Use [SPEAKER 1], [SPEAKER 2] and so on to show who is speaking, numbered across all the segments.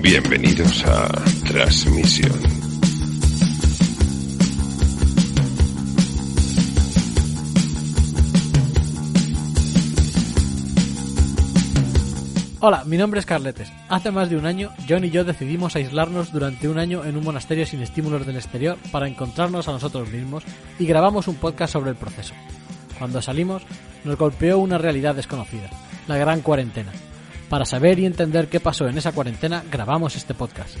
[SPEAKER 1] Bienvenidos a Transmisión.
[SPEAKER 2] Hola, mi nombre es Carletes. Hace más de un año, John y yo decidimos aislarnos durante un año en un monasterio sin estímulos del exterior para encontrarnos a nosotros mismos y grabamos un podcast sobre el proceso. Cuando salimos, nos golpeó una realidad desconocida, la gran cuarentena. Para saber y entender qué pasó en esa cuarentena, grabamos este podcast.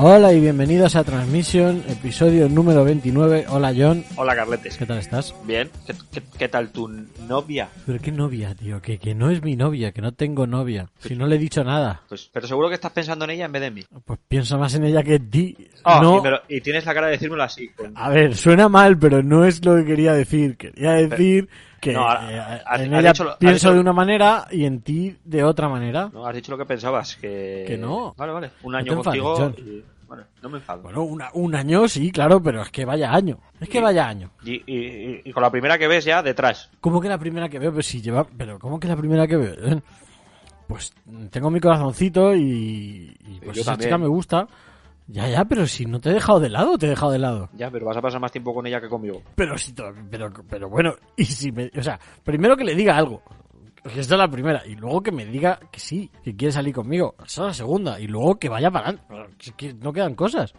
[SPEAKER 2] Hola y bienvenidos a Transmission, episodio número 29. Hola John,
[SPEAKER 3] Hola, Carletes.
[SPEAKER 2] ¿qué tal estás?
[SPEAKER 3] Bien. ¿Qué, qué, qué tal tu novia?
[SPEAKER 2] Pero qué novia, tío, que, que no es mi novia, que no tengo novia. Si no le he dicho nada,
[SPEAKER 3] Pues, pero seguro que estás pensando en ella en vez de en mí.
[SPEAKER 2] pues piensa más en ella que en ti.
[SPEAKER 3] Ah,
[SPEAKER 2] no,
[SPEAKER 3] y, pero- y tienes la cara de decírmelo así. con-
[SPEAKER 2] a ver, suena mal, pero no es lo que quería decir. Quería decir que
[SPEAKER 3] No, ha-
[SPEAKER 2] eh,
[SPEAKER 3] ha-
[SPEAKER 2] en
[SPEAKER 3] ha
[SPEAKER 2] ella
[SPEAKER 3] dicho lo- ha
[SPEAKER 2] pienso
[SPEAKER 3] dicho-
[SPEAKER 2] de una manera y en ti de otra manera.
[SPEAKER 3] No, has dicho lo que pensabas. Que,
[SPEAKER 2] Que no.
[SPEAKER 3] Vale, vale. Un
[SPEAKER 2] No
[SPEAKER 3] año
[SPEAKER 2] te enfades,
[SPEAKER 3] contigo.
[SPEAKER 2] John.
[SPEAKER 3] y- bueno, no me enfado.
[SPEAKER 2] Bueno, una- un año sí, claro, pero es que vaya año. Es que vaya año.
[SPEAKER 3] Y, y- y- y con la primera que ves ya detrás.
[SPEAKER 2] ¿Cómo que la primera que veo? Pero si lleva. Pero ¿cómo que la primera que veo? Eh, Pues tengo mi corazoncito y. y pues
[SPEAKER 3] yo
[SPEAKER 2] esa
[SPEAKER 3] también.
[SPEAKER 2] chica me gusta. Ya, ya, pero si no te he dejado de lado, te he dejado de lado.
[SPEAKER 3] Ya, pero vas a pasar más tiempo con ella que conmigo.
[SPEAKER 2] Pero si to- pero, pero bueno, y si me, o sea, primero que le diga algo. Que esta es la primera. Y luego que me diga que sí, que quiere salir conmigo. Esa es la segunda. Y luego que vaya para adelante. Es que no quedan cosas.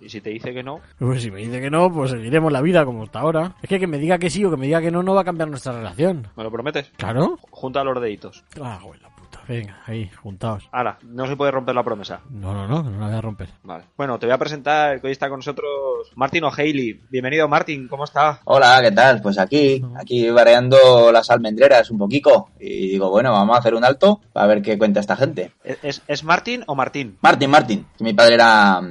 [SPEAKER 3] Y si te dice que no,
[SPEAKER 2] Pues si me dice que no, pues seguiremos la vida como hasta ahora. Es que que me diga que sí o que me diga que no, no va a cambiar nuestra relación.
[SPEAKER 3] me lo prometes.
[SPEAKER 2] Claro.
[SPEAKER 3] Junta los deditos.
[SPEAKER 2] Ah, güey, la puta. Venga, ahí, juntaos.
[SPEAKER 3] Ahora, no se puede romper la promesa.
[SPEAKER 2] No, no, no, no la voy a romper.
[SPEAKER 3] Vale. Bueno, te voy a presentar que hoy está con nosotros Martin O'Haley. Bienvenido, Martin. ¿Cómo está?
[SPEAKER 4] Hola, ¿qué tal? Pues aquí, aquí variando las almendreras un poquito. Y digo, bueno, vamos a hacer un alto para ver qué cuenta esta gente.
[SPEAKER 3] ¿Es- ¿Es, es Martin o Martín?
[SPEAKER 4] Martín, Martín, que mi padre era.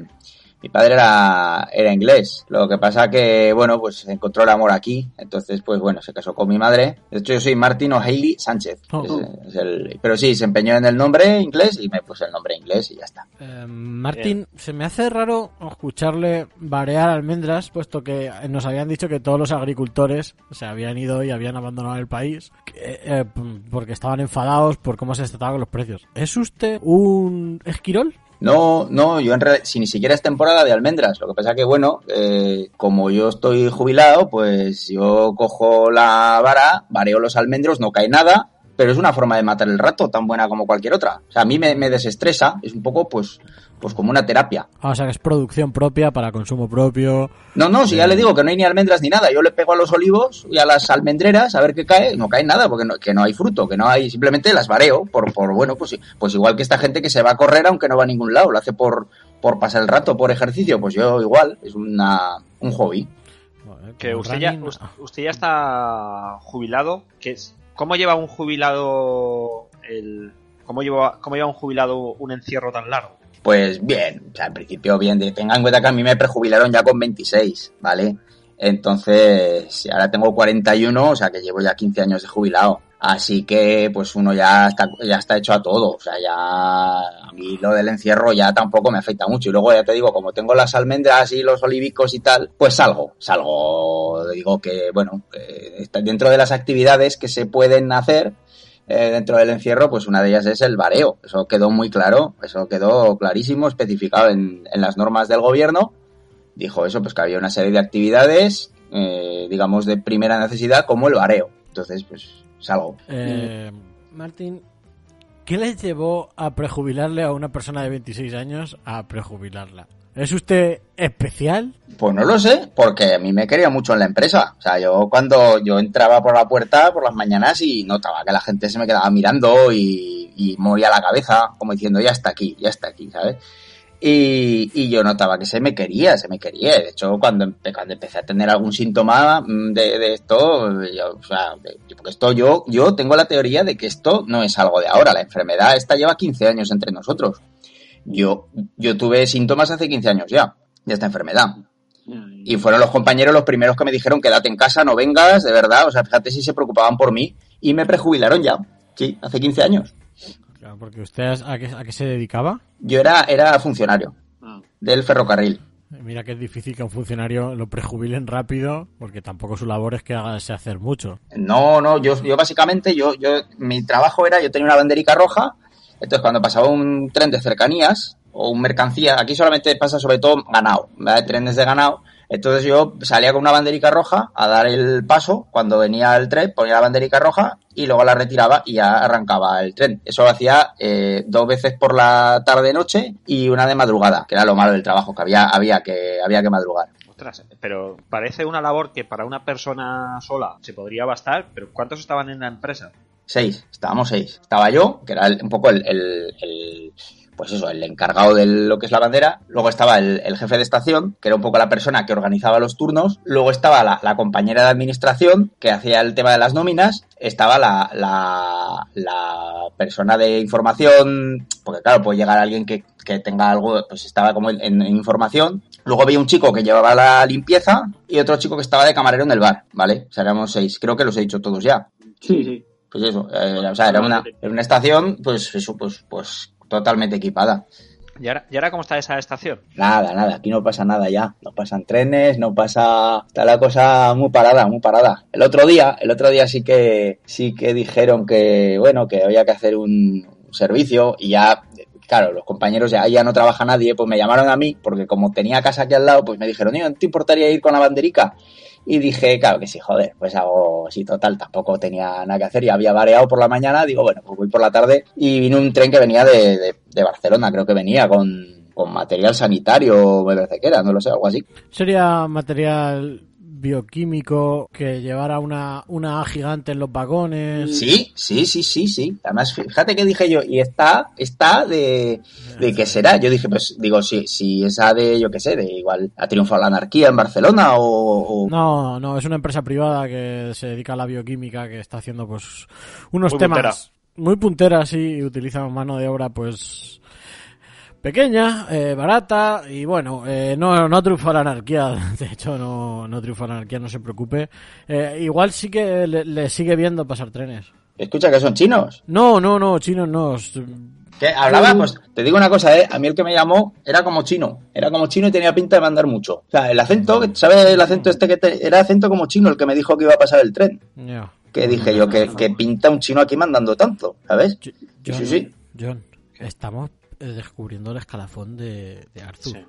[SPEAKER 4] Mi padre era, era inglés. Lo que pasa que, bueno, pues encontró el amor aquí. Entonces, pues bueno, se casó con mi madre. De hecho, yo soy Martín O'Haley Sánchez.
[SPEAKER 2] Oh.
[SPEAKER 4] Es- es el- pero sí, se empeñó en el nombre inglés y me puse el nombre inglés y ya está.
[SPEAKER 2] Eh, Martín, se me hace raro escucharle barear almendras, puesto que nos habían dicho que todos los agricultores se habían ido y habían abandonado el país que, eh, p- porque estaban enfadados por cómo se trataban los precios. ¿Es usted un esquirol?
[SPEAKER 4] No, no, yo en realidad, si ni siquiera es temporada de almendras, lo que pasa que bueno, eh, como yo estoy jubilado, pues yo cojo la vara, vareo los almendros, no cae nada, pero es una forma de matar el rato tan buena como cualquier otra. O sea, a mí me, me desestresa, es un poco pues, pues como una terapia.
[SPEAKER 2] Ah, o sea, que es producción propia para consumo propio.
[SPEAKER 4] No, no, si ya le digo que no hay ni almendras ni nada, yo le pego a los olivos y a las almendreras a ver qué cae, no cae nada porque no, que no hay fruto, que no hay, simplemente las vareo por, por bueno, pues, pues igual que esta gente que se va a correr aunque no va a ningún lado, lo hace por, por pasar el rato, por ejercicio, pues yo igual, es una, un hobby.
[SPEAKER 2] Joder,
[SPEAKER 3] Que
[SPEAKER 2] como
[SPEAKER 3] usted ya,
[SPEAKER 2] running- ah.
[SPEAKER 3] us- usted ya está jubilado. que es, ¿Cómo lleva un jubilado el cómo lleva, cómo lleva un jubilado un encierro tan largo?
[SPEAKER 4] Pues bien, o sea, al principio bien, de- tengan en cuenta que a mí me prejubilaron ya con 26, ¿vale? Entonces, ahora tengo 41, o sea que llevo ya 15 años de jubilado. Así que, pues uno ya está, ya está hecho a todo. O sea, ya a mí lo del encierro ya tampoco me afecta mucho. Y luego ya te digo, como tengo las almendras y los olivicos y tal, pues salgo. Salgo, digo que, bueno, que está dentro de las actividades que se pueden hacer, eh, dentro del encierro, pues una de ellas es el vareo. Eso quedó muy claro, eso quedó clarísimo, especificado en, en las normas del gobierno. Dijo eso, pues que había una serie de actividades, eh, digamos, de primera necesidad, como el vareo. Entonces, pues salgo.
[SPEAKER 2] Eh, Martín, ¿qué les llevó a prejubilarle a una persona de 26 años a prejubilarla? ¿Es usted especial?
[SPEAKER 4] Pues no lo sé, porque a mí me quería mucho en la empresa. O sea, yo cuando yo entraba por la puerta por las mañanas y notaba que la gente se me quedaba mirando y, y movía la cabeza, como diciendo, ya está aquí, ya está aquí, ¿sabes? Y, y yo notaba que se me quería, se me quería. De hecho, cuando, empe- cuando empecé a tener algún síntoma mm, de, de esto, yo, o sea, de- porque esto yo, yo tengo la teoría de que esto no es algo de ahora. La enfermedad esta lleva 15 años entre nosotros. Yo, yo tuve síntomas hace 15 años ya, de esta enfermedad. Y fueron los compañeros los primeros que me dijeron quédate en casa, no vengas, de verdad. O sea, fíjate si se preocupaban por mí y me prejubilaron ya. Sí, hace 15 años.
[SPEAKER 2] Claro, porque usted a qué, a qué se dedicaba.
[SPEAKER 4] Yo era, era funcionario
[SPEAKER 3] Ah.
[SPEAKER 4] del ferrocarril.
[SPEAKER 2] Mira que es difícil que a un funcionario lo prejubilen rápido, porque tampoco su labor es que haga, se hacer mucho.
[SPEAKER 4] No, no, yo, yo básicamente, yo, yo, mi trabajo era, yo tenía una banderica roja, entonces cuando pasaba un tren de cercanías o un mercancía, aquí solamente pasa sobre todo ganado, ¿vale? trenes de ganado, entonces yo salía con una banderica roja a dar el paso, cuando venía el tren ponía la banderica roja y luego la retiraba y ya arrancaba el tren. Eso lo hacía eh, dos veces por la tarde-noche y una de madrugada, que era lo malo del trabajo, que había, había, que, había que madrugar.
[SPEAKER 3] Ostras, pero parece una labor que para una persona sola se podría bastar, pero ¿cuántos estaban en la empresa?
[SPEAKER 4] Seis, estábamos seis. Estaba yo, que era el- un poco el, el- el- pues eso, el encargado de lo que es la bandera. Luego estaba el, el jefe de estación, que era un poco la persona que organizaba los turnos. Luego estaba la, la compañera de administración, que hacía el tema de las nóminas. Estaba la, la- la persona de información, porque claro, puede llegar alguien que, que tenga algo, pues estaba como en, en información. Luego había un chico que llevaba la limpieza y otro chico que estaba de camarero en el bar, ¿vale? O sea, éramos seis. Creo que los he dicho todos ya
[SPEAKER 5] Sí, sí.
[SPEAKER 4] pues eso, eh, o sea, era una, era una estación, pues eso, pues, pues totalmente equipada.
[SPEAKER 3] ¿Y ahora, ¿Y ahora cómo está esa estación?
[SPEAKER 4] Nada, nada, aquí no pasa nada ya. No pasan trenes, no pasa. Está la cosa muy parada, muy parada. El otro día, el otro día sí que sí que dijeron que, bueno, que había que hacer un servicio y ya. Claro, los compañeros ya, ya no trabaja nadie, pues me llamaron a mí, porque como tenía casa aquí al lado, pues me dijeron, "Oye, ¿no te importaría ir con la banderica? Y dije, claro que sí, joder, pues hago, sí, total, tampoco tenía nada que hacer y había variado por la mañana, digo, bueno, pues voy por la tarde y vino un tren que venía de, de- de Barcelona, creo que venía con, con material sanitario, me parece que era, no lo sé, algo
[SPEAKER 2] Mm.
[SPEAKER 4] así.
[SPEAKER 2] Sería material bioquímico que llevara una, una A gigante en los vagones.
[SPEAKER 4] Sí, sí, sí, sí, sí. Además, fíjate que dije yo, y está, está de, de qué será. Yo dije, pues digo, sí, sí, esa de, yo qué sé, de igual ha triunfado la anarquía en Barcelona o... o-
[SPEAKER 2] No, no, es una empresa privada que se dedica a la bioquímica, que está haciendo pues unos
[SPEAKER 3] Muy
[SPEAKER 2] temas
[SPEAKER 3] puntera.
[SPEAKER 2] muy punteras sí, y utiliza mano de obra pues pequeña, eh, barata y bueno, eh, no, no triunfa la anarquía, de hecho no, no triunfa la anarquía, no se preocupe. Eh, igual sí que le, le sigue viendo pasar trenes.
[SPEAKER 4] Escucha que son chinos.
[SPEAKER 2] No, no, no, chinos no. es-
[SPEAKER 4] Que hablábamos, te digo una cosa, eh, a mí el que me llamó era como chino, era como chino y tenía pinta de mandar mucho. O sea, el acento, ¿sabes el acento este que te- era acento como chino el que me dijo que iba a pasar el tren?
[SPEAKER 2] ya.
[SPEAKER 4] Que dije yo, que, que pinta un chino aquí mandando tanto, ¿sabes?
[SPEAKER 2] Yo-
[SPEAKER 4] Sí,
[SPEAKER 2] John,
[SPEAKER 4] sí, sí.
[SPEAKER 2] John, estamos eh, descubriendo el escalafón de, de Arthur.
[SPEAKER 3] Sí.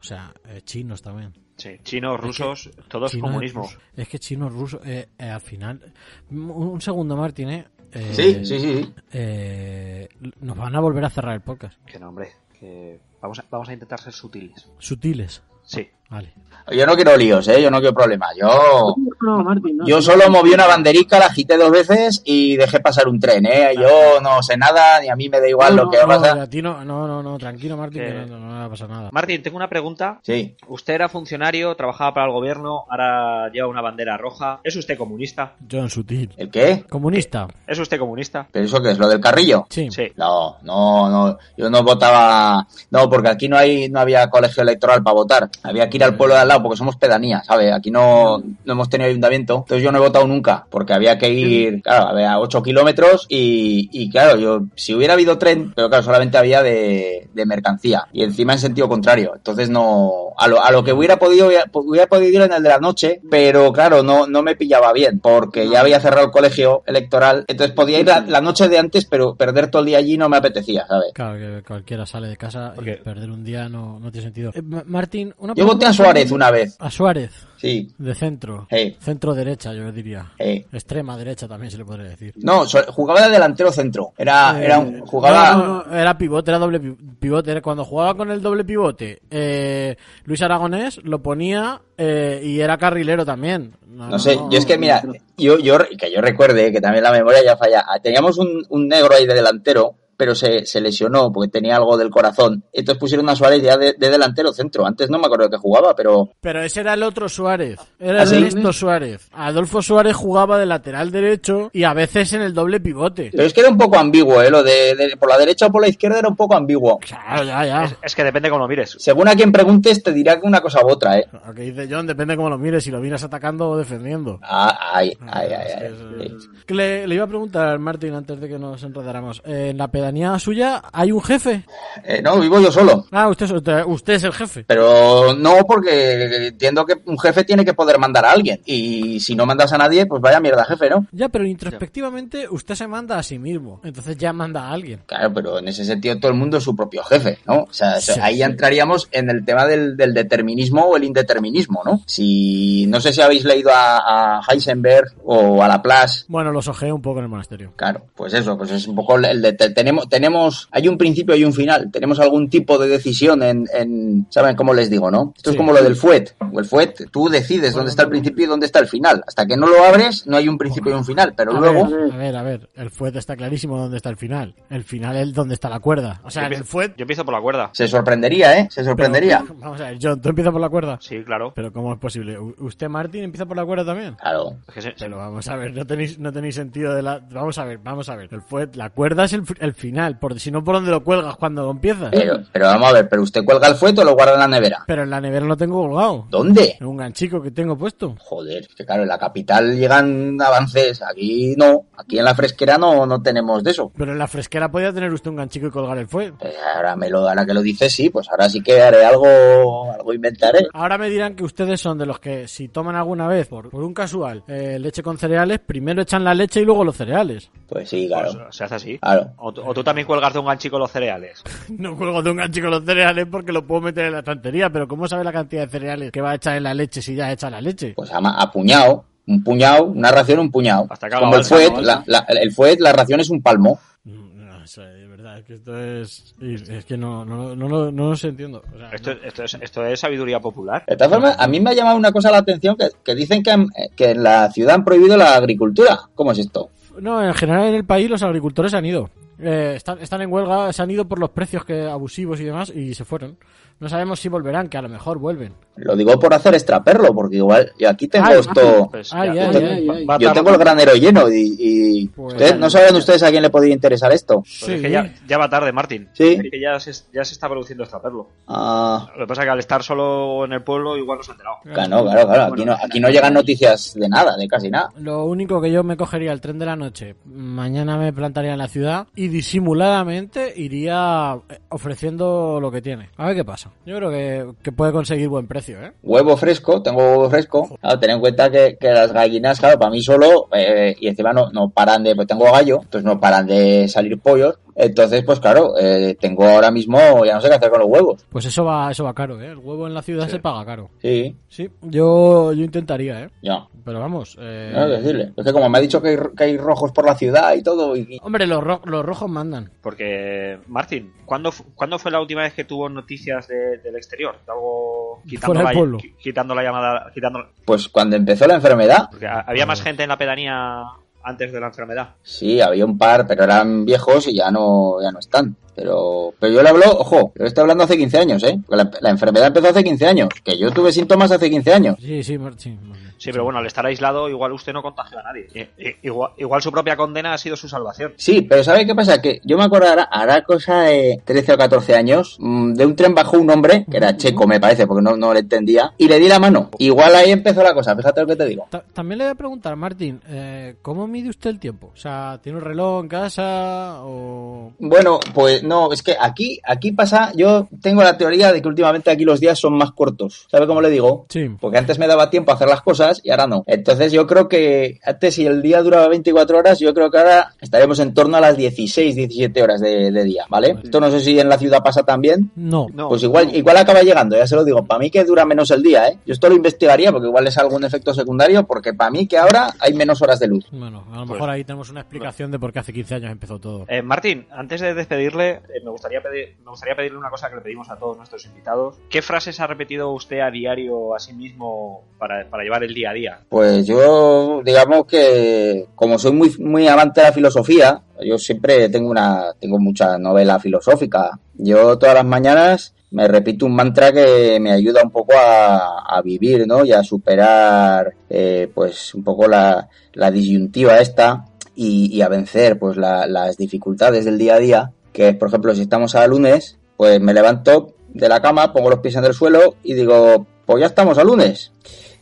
[SPEAKER 2] O sea, eh, chinos también.
[SPEAKER 3] Sí, chinos, rusos, todos
[SPEAKER 2] China,
[SPEAKER 3] comunismo.
[SPEAKER 2] ruso. Es que chino ruso, eh, eh, al final. Un, un segundo, Martín, eh. Eh,
[SPEAKER 4] Sí, sí, sí. sí.
[SPEAKER 2] eh, nos van a volver a cerrar el podcast.
[SPEAKER 3] Que no, hombre, que vamos a, vamos a intentar ser sutiles.
[SPEAKER 2] Sutiles.
[SPEAKER 3] Sí.
[SPEAKER 2] Vale.
[SPEAKER 4] Yo no quiero líos, ¿eh? yo no quiero problemas. Yo,
[SPEAKER 5] No, Martín, no.
[SPEAKER 4] yo solo moví una banderica, la agité dos veces y dejé pasar un tren. ¿eh? Yo no sé nada, ni a mí me da igual
[SPEAKER 2] No,
[SPEAKER 4] lo
[SPEAKER 2] no,
[SPEAKER 4] que va a
[SPEAKER 2] no,
[SPEAKER 4] pasar.
[SPEAKER 2] a ti no, no, no, no, tranquilo, Martín, que
[SPEAKER 3] Eh.
[SPEAKER 2] no, no- no va a pasar nada.
[SPEAKER 3] Martín, tengo una pregunta.
[SPEAKER 4] Sí,
[SPEAKER 3] Usted era funcionario, trabajaba para el gobierno, ahora lleva una bandera roja. ¿Es usted comunista?
[SPEAKER 2] John Sutil.
[SPEAKER 4] ¿el qué?
[SPEAKER 2] Comunista.
[SPEAKER 3] ¿Es usted comunista?
[SPEAKER 4] ¿Pero eso qué es? ¿Lo del carrillo?
[SPEAKER 2] Sí.
[SPEAKER 3] Sí.
[SPEAKER 4] No, no, no, yo no votaba, no, porque aquí no hay, no había colegio electoral para votar, había que ir al pueblo de al lado porque somos pedanía, ¿sabes? Aquí no, no hemos tenido ayuntamiento, entonces yo no he votado nunca, porque había que ir, claro, había 8 kilómetros y, y claro, yo, si hubiera habido tren, pero claro, solamente había de, de mercancía y encima en sentido contrario, entonces no, a lo, a lo que hubiera podido, hubiera podido ir en el de la noche, pero claro, no, no me pillaba bien, porque ya había cerrado el colegio electoral, entonces podía ir la, la noche de antes, pero perder todo el día allí no me apetecía, ¿sabes?
[SPEAKER 2] Claro, que cualquiera sale de casa y perder un día no, no tiene sentido. Eh, Ma- Martín, una
[SPEAKER 4] Yo voté a Suárez una vez,
[SPEAKER 2] A Suárez,
[SPEAKER 4] sí,
[SPEAKER 2] de centro.
[SPEAKER 4] Sí.
[SPEAKER 2] Centro derecha, yo diría.
[SPEAKER 4] eh.
[SPEAKER 2] Extrema derecha también se le podría decir.
[SPEAKER 4] No, so- jugaba de delantero centro. Era,
[SPEAKER 2] Eh,
[SPEAKER 4] Ah, era un, jugaba.
[SPEAKER 2] no, no, no, era pivote, era doble pi- pivote. Era Cuando jugaba con el doble pivote, eh, Luis Aragonés lo ponía eh, y era carrilero también.
[SPEAKER 4] No sé, yo es que mira, yo, yo, que yo recuerde que también la memoria ya falla. Ah, Teníamos un, un negro ahí de delantero pero se, se lesionó porque tenía algo del corazón. Entonces pusieron a Suárez ya de, de delantero centro. Antes no me acuerdo que jugaba, pero
[SPEAKER 2] Pero ese era el otro Suárez. Era
[SPEAKER 4] ¿Ah,
[SPEAKER 2] el
[SPEAKER 4] sí?
[SPEAKER 2] Ernesto Suárez. Adolfo Suárez jugaba de lateral derecho y a veces en el doble pivote.
[SPEAKER 4] Pero es que era un poco ambiguo, ¿eh? Lo de, de- por la derecha o por la izquierda era un poco ambiguo.
[SPEAKER 2] Claro, ya, ya.
[SPEAKER 3] Es que depende cómo lo mires.
[SPEAKER 4] Según a quien preguntes, te dirá que una cosa u otra, ¿eh?
[SPEAKER 2] Lo que dice John depende cómo lo mires, si lo miras atacando o defendiendo.
[SPEAKER 4] Ah, Ay, ay, ay,
[SPEAKER 2] Es que
[SPEAKER 4] ay.
[SPEAKER 2] es- eh, que le, le iba a preguntar, Martín, antes de que nos enredáramos. eh, ¿En la pedanía suya hay un jefe?
[SPEAKER 4] Eh, no, vivo yo solo.
[SPEAKER 2] Ah, usted, es- usted- usted es el jefe.
[SPEAKER 4] Pero no, porque entiendo que un jefe tiene que poder mandar a alguien. Y si no mandas a nadie, pues vaya mierda, jefe, ¿no?
[SPEAKER 2] Ya, pero introspectivamente usted se manda a sí mismo. Entonces ya manda a alguien.
[SPEAKER 4] Claro, pero en ese sentido todo el mundo es su propio jefe, ¿no? O sea, eso-
[SPEAKER 2] Sí,
[SPEAKER 4] ahí
[SPEAKER 2] sí.
[SPEAKER 4] entraríamos en el tema del, del determinismo o el indeterminismo, ¿no? Si no sé si habéis leído a, a Heisenberg o a Laplace,
[SPEAKER 2] Bueno, los ojeé un poco en el monasterio.
[SPEAKER 4] Claro, pues eso, pues es un poco el- el de, te- tenemos, tenemos, hay un principio y un final, tenemos algún tipo de decisión en, en ¿saben cómo les digo, no? Esto es
[SPEAKER 2] Sí.
[SPEAKER 4] como lo del fuet, o el fuet, tú decides dónde está el principio y dónde está el final, hasta que no lo abres no hay un principio y un final, pero
[SPEAKER 2] A
[SPEAKER 4] luego,
[SPEAKER 2] ver, a ver, a ver. El fuet está clarísimo dónde está el final. El final es dónde está la cuerda. O sea, en el fuet...
[SPEAKER 3] Yo empiezo por la cuerda.
[SPEAKER 4] se sorprendería, ¿eh? Se
[SPEAKER 2] pero-
[SPEAKER 4] sorprendería.
[SPEAKER 2] vamos a ver, John, ¿tú empiezas por la cuerda?
[SPEAKER 3] Sí, claro.
[SPEAKER 2] Pero ¿cómo es posible? ¿U- ¿Usted, Martín, empieza por la cuerda también?
[SPEAKER 4] Claro,
[SPEAKER 3] Es que se-
[SPEAKER 2] Pero vamos a ver, no tenéis, no tenéis sentido de la... Vamos a ver, vamos a ver. El fuet, la cuerda es el, fi- el final, por, si no, ¿por dónde lo cuelgas cuando lo empiezas?
[SPEAKER 4] pero, pero vamos a ver, pero usted cuelga el fuet o lo guarda en la nevera.
[SPEAKER 2] Pero en la nevera lo tengo colgado.
[SPEAKER 4] ¿Dónde?
[SPEAKER 2] En un ganchico que tengo puesto.
[SPEAKER 4] Joder, que claro, en la capital llegan avances, aquí no, aquí en la fresquera no, no tenemos de eso.
[SPEAKER 2] Pero en la fresquera podía tener usted un ganchico y colgar el fuet.
[SPEAKER 4] Pues ahora me lo, ahora que lo dices, sí, pues ahora sí que haré algo, algo inventaré.
[SPEAKER 2] Ahora me dirán que ustedes son de los que si toman alguna vez por, por un casual eh, leche con cereales, primero echan la leche y luego los cereales.
[SPEAKER 4] Pues sí,
[SPEAKER 3] pues,
[SPEAKER 4] claro. Ah.
[SPEAKER 3] se hace así.
[SPEAKER 4] Claro.
[SPEAKER 3] O, tú- o tú también cuelgas de un ganchico los cereales.
[SPEAKER 2] No cuelgo de un ganchico los cereales porque lo puedo meter en la estantería, pero ¿cómo sabe la cantidad de cereales que va a echar en la leche si ya echa la leche?
[SPEAKER 4] Pues ama- a puñado, un puñado, una ración, un puñado.
[SPEAKER 3] Hasta acá la
[SPEAKER 4] Como el
[SPEAKER 3] bolsa,
[SPEAKER 4] fuet,
[SPEAKER 3] la
[SPEAKER 4] la,
[SPEAKER 3] bolsa.
[SPEAKER 4] la- el fuet, la ración es un palmo.
[SPEAKER 2] Mm, No, sé, de verdad, es que esto es... y- Es que no, no, no, no, no los entiendo. O sea,
[SPEAKER 3] Esto,
[SPEAKER 2] no.
[SPEAKER 3] esto es, esto es sabiduría popular.
[SPEAKER 4] De todas formas, a mí me ha llamado una cosa la atención, que, que dicen que, en- que en la ciudad han prohibido la agricultura. ¿Cómo es esto?
[SPEAKER 2] No, en general en el país los agricultores se han ido. Eh, están, están en huelga, se han ido por los precios que abusivos y demás y se fueron. No sabemos si volverán, que a lo mejor vuelven.
[SPEAKER 4] Lo digo por hacer extraperlo, porque igual yo aquí tengo
[SPEAKER 2] Ay,
[SPEAKER 4] esto...
[SPEAKER 3] Pues
[SPEAKER 2] Ay,
[SPEAKER 3] ya.
[SPEAKER 2] ay, ay,
[SPEAKER 3] Va-
[SPEAKER 2] ay.
[SPEAKER 3] va a
[SPEAKER 4] Yo
[SPEAKER 3] tardar-
[SPEAKER 4] tengo el granero lleno y... y-
[SPEAKER 2] Pues-
[SPEAKER 4] ¿ustedes- ¿No saben ustedes a quién le podría interesar esto?
[SPEAKER 3] pues es que ya, ya va tarde, Martín.
[SPEAKER 4] Sí.
[SPEAKER 3] Es que ya se, ya se está produciendo extraperlo.
[SPEAKER 4] Ah,
[SPEAKER 3] Lo que pasa es que al estar solo en el pueblo igual no se ha enterado.
[SPEAKER 4] claro, claro, claro. Aquí no, aquí no llegan noticias de nada, de casi nada.
[SPEAKER 2] Lo único que yo me cogería el tren de la noche, mañana me plantaría en la ciudad y disimuladamente iría eh, ofreciendo lo que tiene. A ver qué pasa. Yo creo que, que puede conseguir buen precio, ¿eh?
[SPEAKER 4] huevo fresco, tengo huevo fresco. Claro, ten en cuenta que, que las gallinas, claro, para mí solo, eh, y encima no, no paran de, pues tengo gallo, entonces no paran de salir pollos. Entonces, pues claro, eh, tengo ahora mismo, ya no sé qué hacer con los huevos.
[SPEAKER 2] Pues eso va, eso va caro, ¿eh? El huevo en la ciudad se paga caro.
[SPEAKER 4] Sí,
[SPEAKER 2] Sí, yo, yo intentaría, ¿eh?
[SPEAKER 4] yo.
[SPEAKER 2] Pero vamos, eh...
[SPEAKER 4] No sé decirle. Es que como me ha dicho que hay, ro- que hay rojos por la ciudad y todo, y, y-
[SPEAKER 2] Hombre, los, ro- los rojos mandan.
[SPEAKER 3] Porque, Martín, ¿cuándo, fu- ¿cuándo fue la última vez que tuvo noticias de- del exterior? De algo quitando,
[SPEAKER 2] Fuera del
[SPEAKER 3] la,
[SPEAKER 2] pueblo.
[SPEAKER 3] qui- quitando la llamada. Quitando,
[SPEAKER 4] pues cuando empezó la enfermedad,
[SPEAKER 3] porque ha- había más gente en la pedanía antes de la enfermedad.
[SPEAKER 4] sí, había un par, pero eran viejos y ya no, ya no están. Pero, pero yo le hablo, ojo, yo le estoy hablando hace 15 años, ¿eh? Porque la, la enfermedad empezó hace 15 años, que yo tuve síntomas hace 15 años.
[SPEAKER 2] Sí, sí, Martín.
[SPEAKER 3] Sí, pero bueno, al estar aislado, igual usted no contagió a nadie. I- i- Igual, igual su propia condena ha sido su salvación.
[SPEAKER 4] Sí, pero ¿sabes qué pasa? Que yo me acuerdo ahora, hará cosa de 13 o 14 años, mm, de un tren bajó un hombre, que era checo, me parece, porque no, no le entendía, y le di la mano. Igual ahí empezó la cosa, fíjate lo que te digo.
[SPEAKER 2] Ta- También le voy a preguntar, Martín, eh, ¿cómo mide usted el tiempo? O sea, ¿tiene un reloj en casa o...?
[SPEAKER 4] Bueno, pues no, es que aquí, aquí pasa, yo tengo la teoría de que últimamente aquí los días son más cortos. ¿Sabes cómo le digo?
[SPEAKER 2] Sí.
[SPEAKER 4] Porque antes me daba tiempo a hacer las cosas y ahora no. Entonces yo creo que antes si el día duraba 24 horas, yo creo que ahora estaremos en torno a las 16, 17 horas de, de día, ¿vale? Esto no sé si en la ciudad pasa también,
[SPEAKER 2] No.
[SPEAKER 3] No,
[SPEAKER 4] Pues igual, igual acaba llegando, ya se lo digo. Para mí que dura menos el día, ¿eh? Yo esto lo investigaría porque igual es algún efecto secundario, porque para mí que ahora hay menos horas de luz.
[SPEAKER 3] Pues
[SPEAKER 2] Bueno, a lo mejor ahí tenemos una explicación de por qué hace 15 años empezó todo.
[SPEAKER 3] Eh, Martín, antes de despedirle, eh, me, gustaría pedir, me gustaría pedirle una cosa que le pedimos a todos nuestros invitados. ¿Qué frases ha repetido usted a diario a sí mismo para, para llevar el día a día?
[SPEAKER 4] Pues yo, digamos que como soy muy, muy amante de la filosofía, yo siempre tengo una, tengo mucha novela filosófica. Yo todas las mañanas me repito un mantra que me ayuda un poco a, a vivir, ¿no? Y a superar, eh, pues, un poco la, la disyuntiva esta y, y a vencer, pues, la- las dificultades del día a día. Que, por ejemplo, si estamos a lunes, pues me levanto de la cama, pongo los pies en el suelo y digo, pues ya estamos a lunes.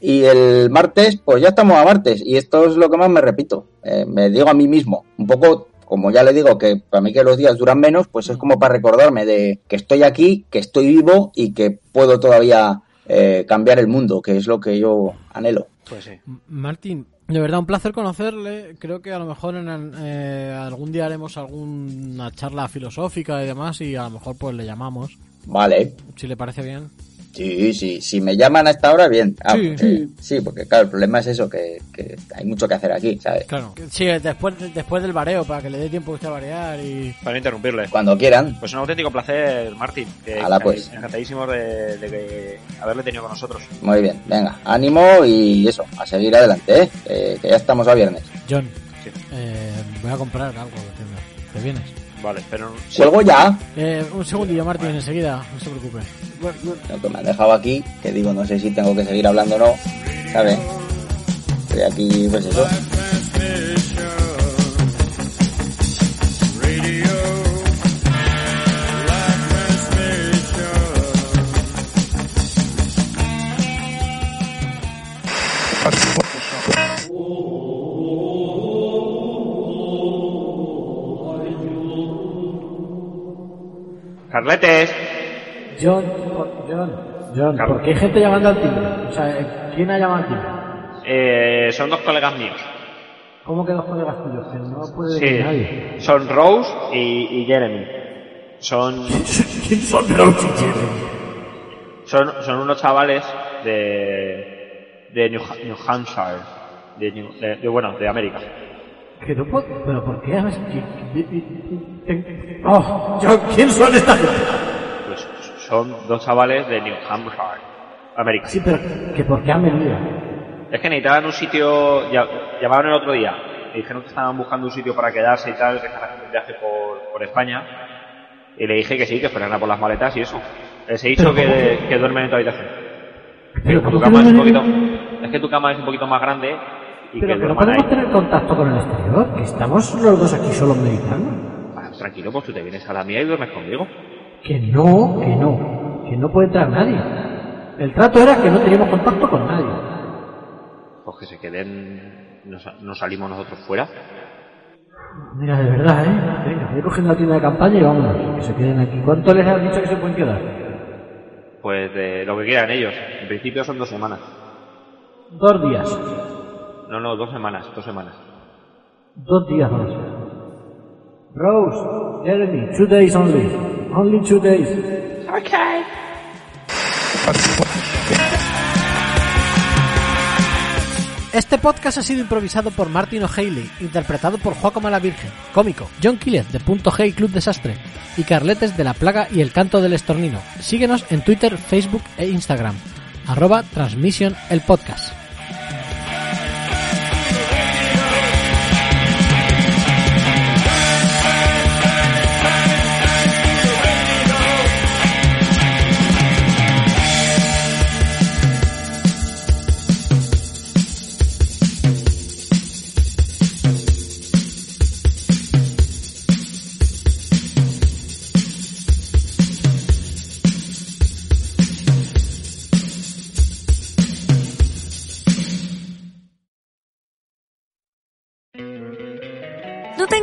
[SPEAKER 4] Y el martes, pues ya estamos a martes. Y esto es lo que más me repito. Eh, me digo a mí mismo. Un poco, como ya le digo, que para mí que los días duran menos, pues es como para recordarme de que estoy aquí, que estoy vivo y que puedo todavía eh, cambiar el mundo, que es lo que yo anhelo.
[SPEAKER 3] Pues sí.
[SPEAKER 2] M- Martín, de verdad un placer conocerle. Creo que a lo mejor en el- eh, algún día haremos alguna charla filosófica y demás y a lo mejor pues le llamamos,
[SPEAKER 4] Vale.
[SPEAKER 2] si le parece bien.
[SPEAKER 4] Sí, sí. Si me llaman a esta hora, bien. Ah,
[SPEAKER 2] Sí,
[SPEAKER 4] porque-
[SPEAKER 2] sí.
[SPEAKER 4] sí, porque claro, el problema es eso, que, que hay mucho que hacer aquí, ¿sabes?
[SPEAKER 2] Claro. Sí, después, después del bareo, para que le dé tiempo a usted a barear y...
[SPEAKER 3] Para no interrumpirle.
[SPEAKER 4] Cuando quieran.
[SPEAKER 3] Pues un auténtico placer, Martín. Que-
[SPEAKER 4] Hala, pues.
[SPEAKER 3] Encantadísimos de, de que haberle tenido con nosotros.
[SPEAKER 4] Muy bien. Venga, ánimo y eso, a seguir adelante, ¿eh? Eh, que ya estamos a viernes.
[SPEAKER 2] John,
[SPEAKER 3] Sí.
[SPEAKER 2] eh, voy a comprar algo de tienda. ¿Te vienes?
[SPEAKER 3] Vale, pero sí,
[SPEAKER 4] Cuelgo ya.
[SPEAKER 2] Eh, un segundillo, Martín, enseguida, no se preocupe.
[SPEAKER 4] lo que me han dejado aquí, que digo, no sé si tengo que seguir hablando o no, ¿sabes? Estoy aquí, pues eso.
[SPEAKER 3] Carletes.
[SPEAKER 5] John, por- John, John,
[SPEAKER 3] Claro.
[SPEAKER 5] porque hay gente llamando al timbre. O sea, eh, ¿quién ha llamado al timbre?
[SPEAKER 3] Eh, son dos colegas míos.
[SPEAKER 5] ¿Cómo que dos colegas tuyos? Que no puede
[SPEAKER 3] Sí.
[SPEAKER 5] venir nadie.
[SPEAKER 3] Son Rose y, y Jeremy. Son. son Son unos chavales de. de New, Ha- New Hampshire. De, New- de- de- bueno, de América.
[SPEAKER 5] Que no puedo. ¿Pero por qué? ¿Sabes? Que- que- que- que- Oh, John, ¿quién son estas gente?
[SPEAKER 3] Pues son dos chavales de New Hampshire. América.
[SPEAKER 5] Sí, pero que por qué han venido.
[SPEAKER 3] Es que necesitaban un sitio. ya- Llamaron el otro día. Y dijeron que estaban buscando un sitio para quedarse y tal, que están haciendo un viaje por, por España. Y le dije que sí, que fueran a por las maletas y eso. Les he dicho
[SPEAKER 5] Pero
[SPEAKER 3] que, que duermen en tu habitación.
[SPEAKER 5] Pero
[SPEAKER 3] tu
[SPEAKER 5] ¿cómo
[SPEAKER 3] cama es un
[SPEAKER 5] podemos
[SPEAKER 3] poquito.
[SPEAKER 5] tener-
[SPEAKER 3] Es que tu cama es un poquito más grande y
[SPEAKER 5] Pero
[SPEAKER 3] que
[SPEAKER 5] que no
[SPEAKER 3] duerman ahí.
[SPEAKER 5] podemos tener contacto con el exterior, que estamos los dos aquí solos meditando.
[SPEAKER 3] Ah, tranquilo, pues tú te vienes a la mía y duermes conmigo.
[SPEAKER 5] Que no, que no, que no puede entrar nadie. El trato era que no teníamos contacto con nadie.
[SPEAKER 3] Pues que se queden. No, sa- no salimos nosotros fuera.
[SPEAKER 5] Mira, de verdad, ¿eh? Venga, voy cogiendo la tienda de campaña y vámonos, que se queden aquí. ¿Cuánto les has dicho que se pueden quedar?
[SPEAKER 3] Pues de lo que quieran ellos. En principio son dos semanas.
[SPEAKER 5] Dos días.
[SPEAKER 3] No, no, dos semanas, dos semanas.
[SPEAKER 5] Dos días más. Rose, Jeremy, two days only. Only two days.
[SPEAKER 2] Este podcast ha sido improvisado por Martin O'Haley, interpretado por Joaquín la Virgen, cómico, John Killez de Punto G y Club Desastre, y Carletes de la Plaga y el Canto del Estornino. Síguenos en Twitter, Facebook e Instagram, arroba Transmission el Podcast.
[SPEAKER 6] ¿No te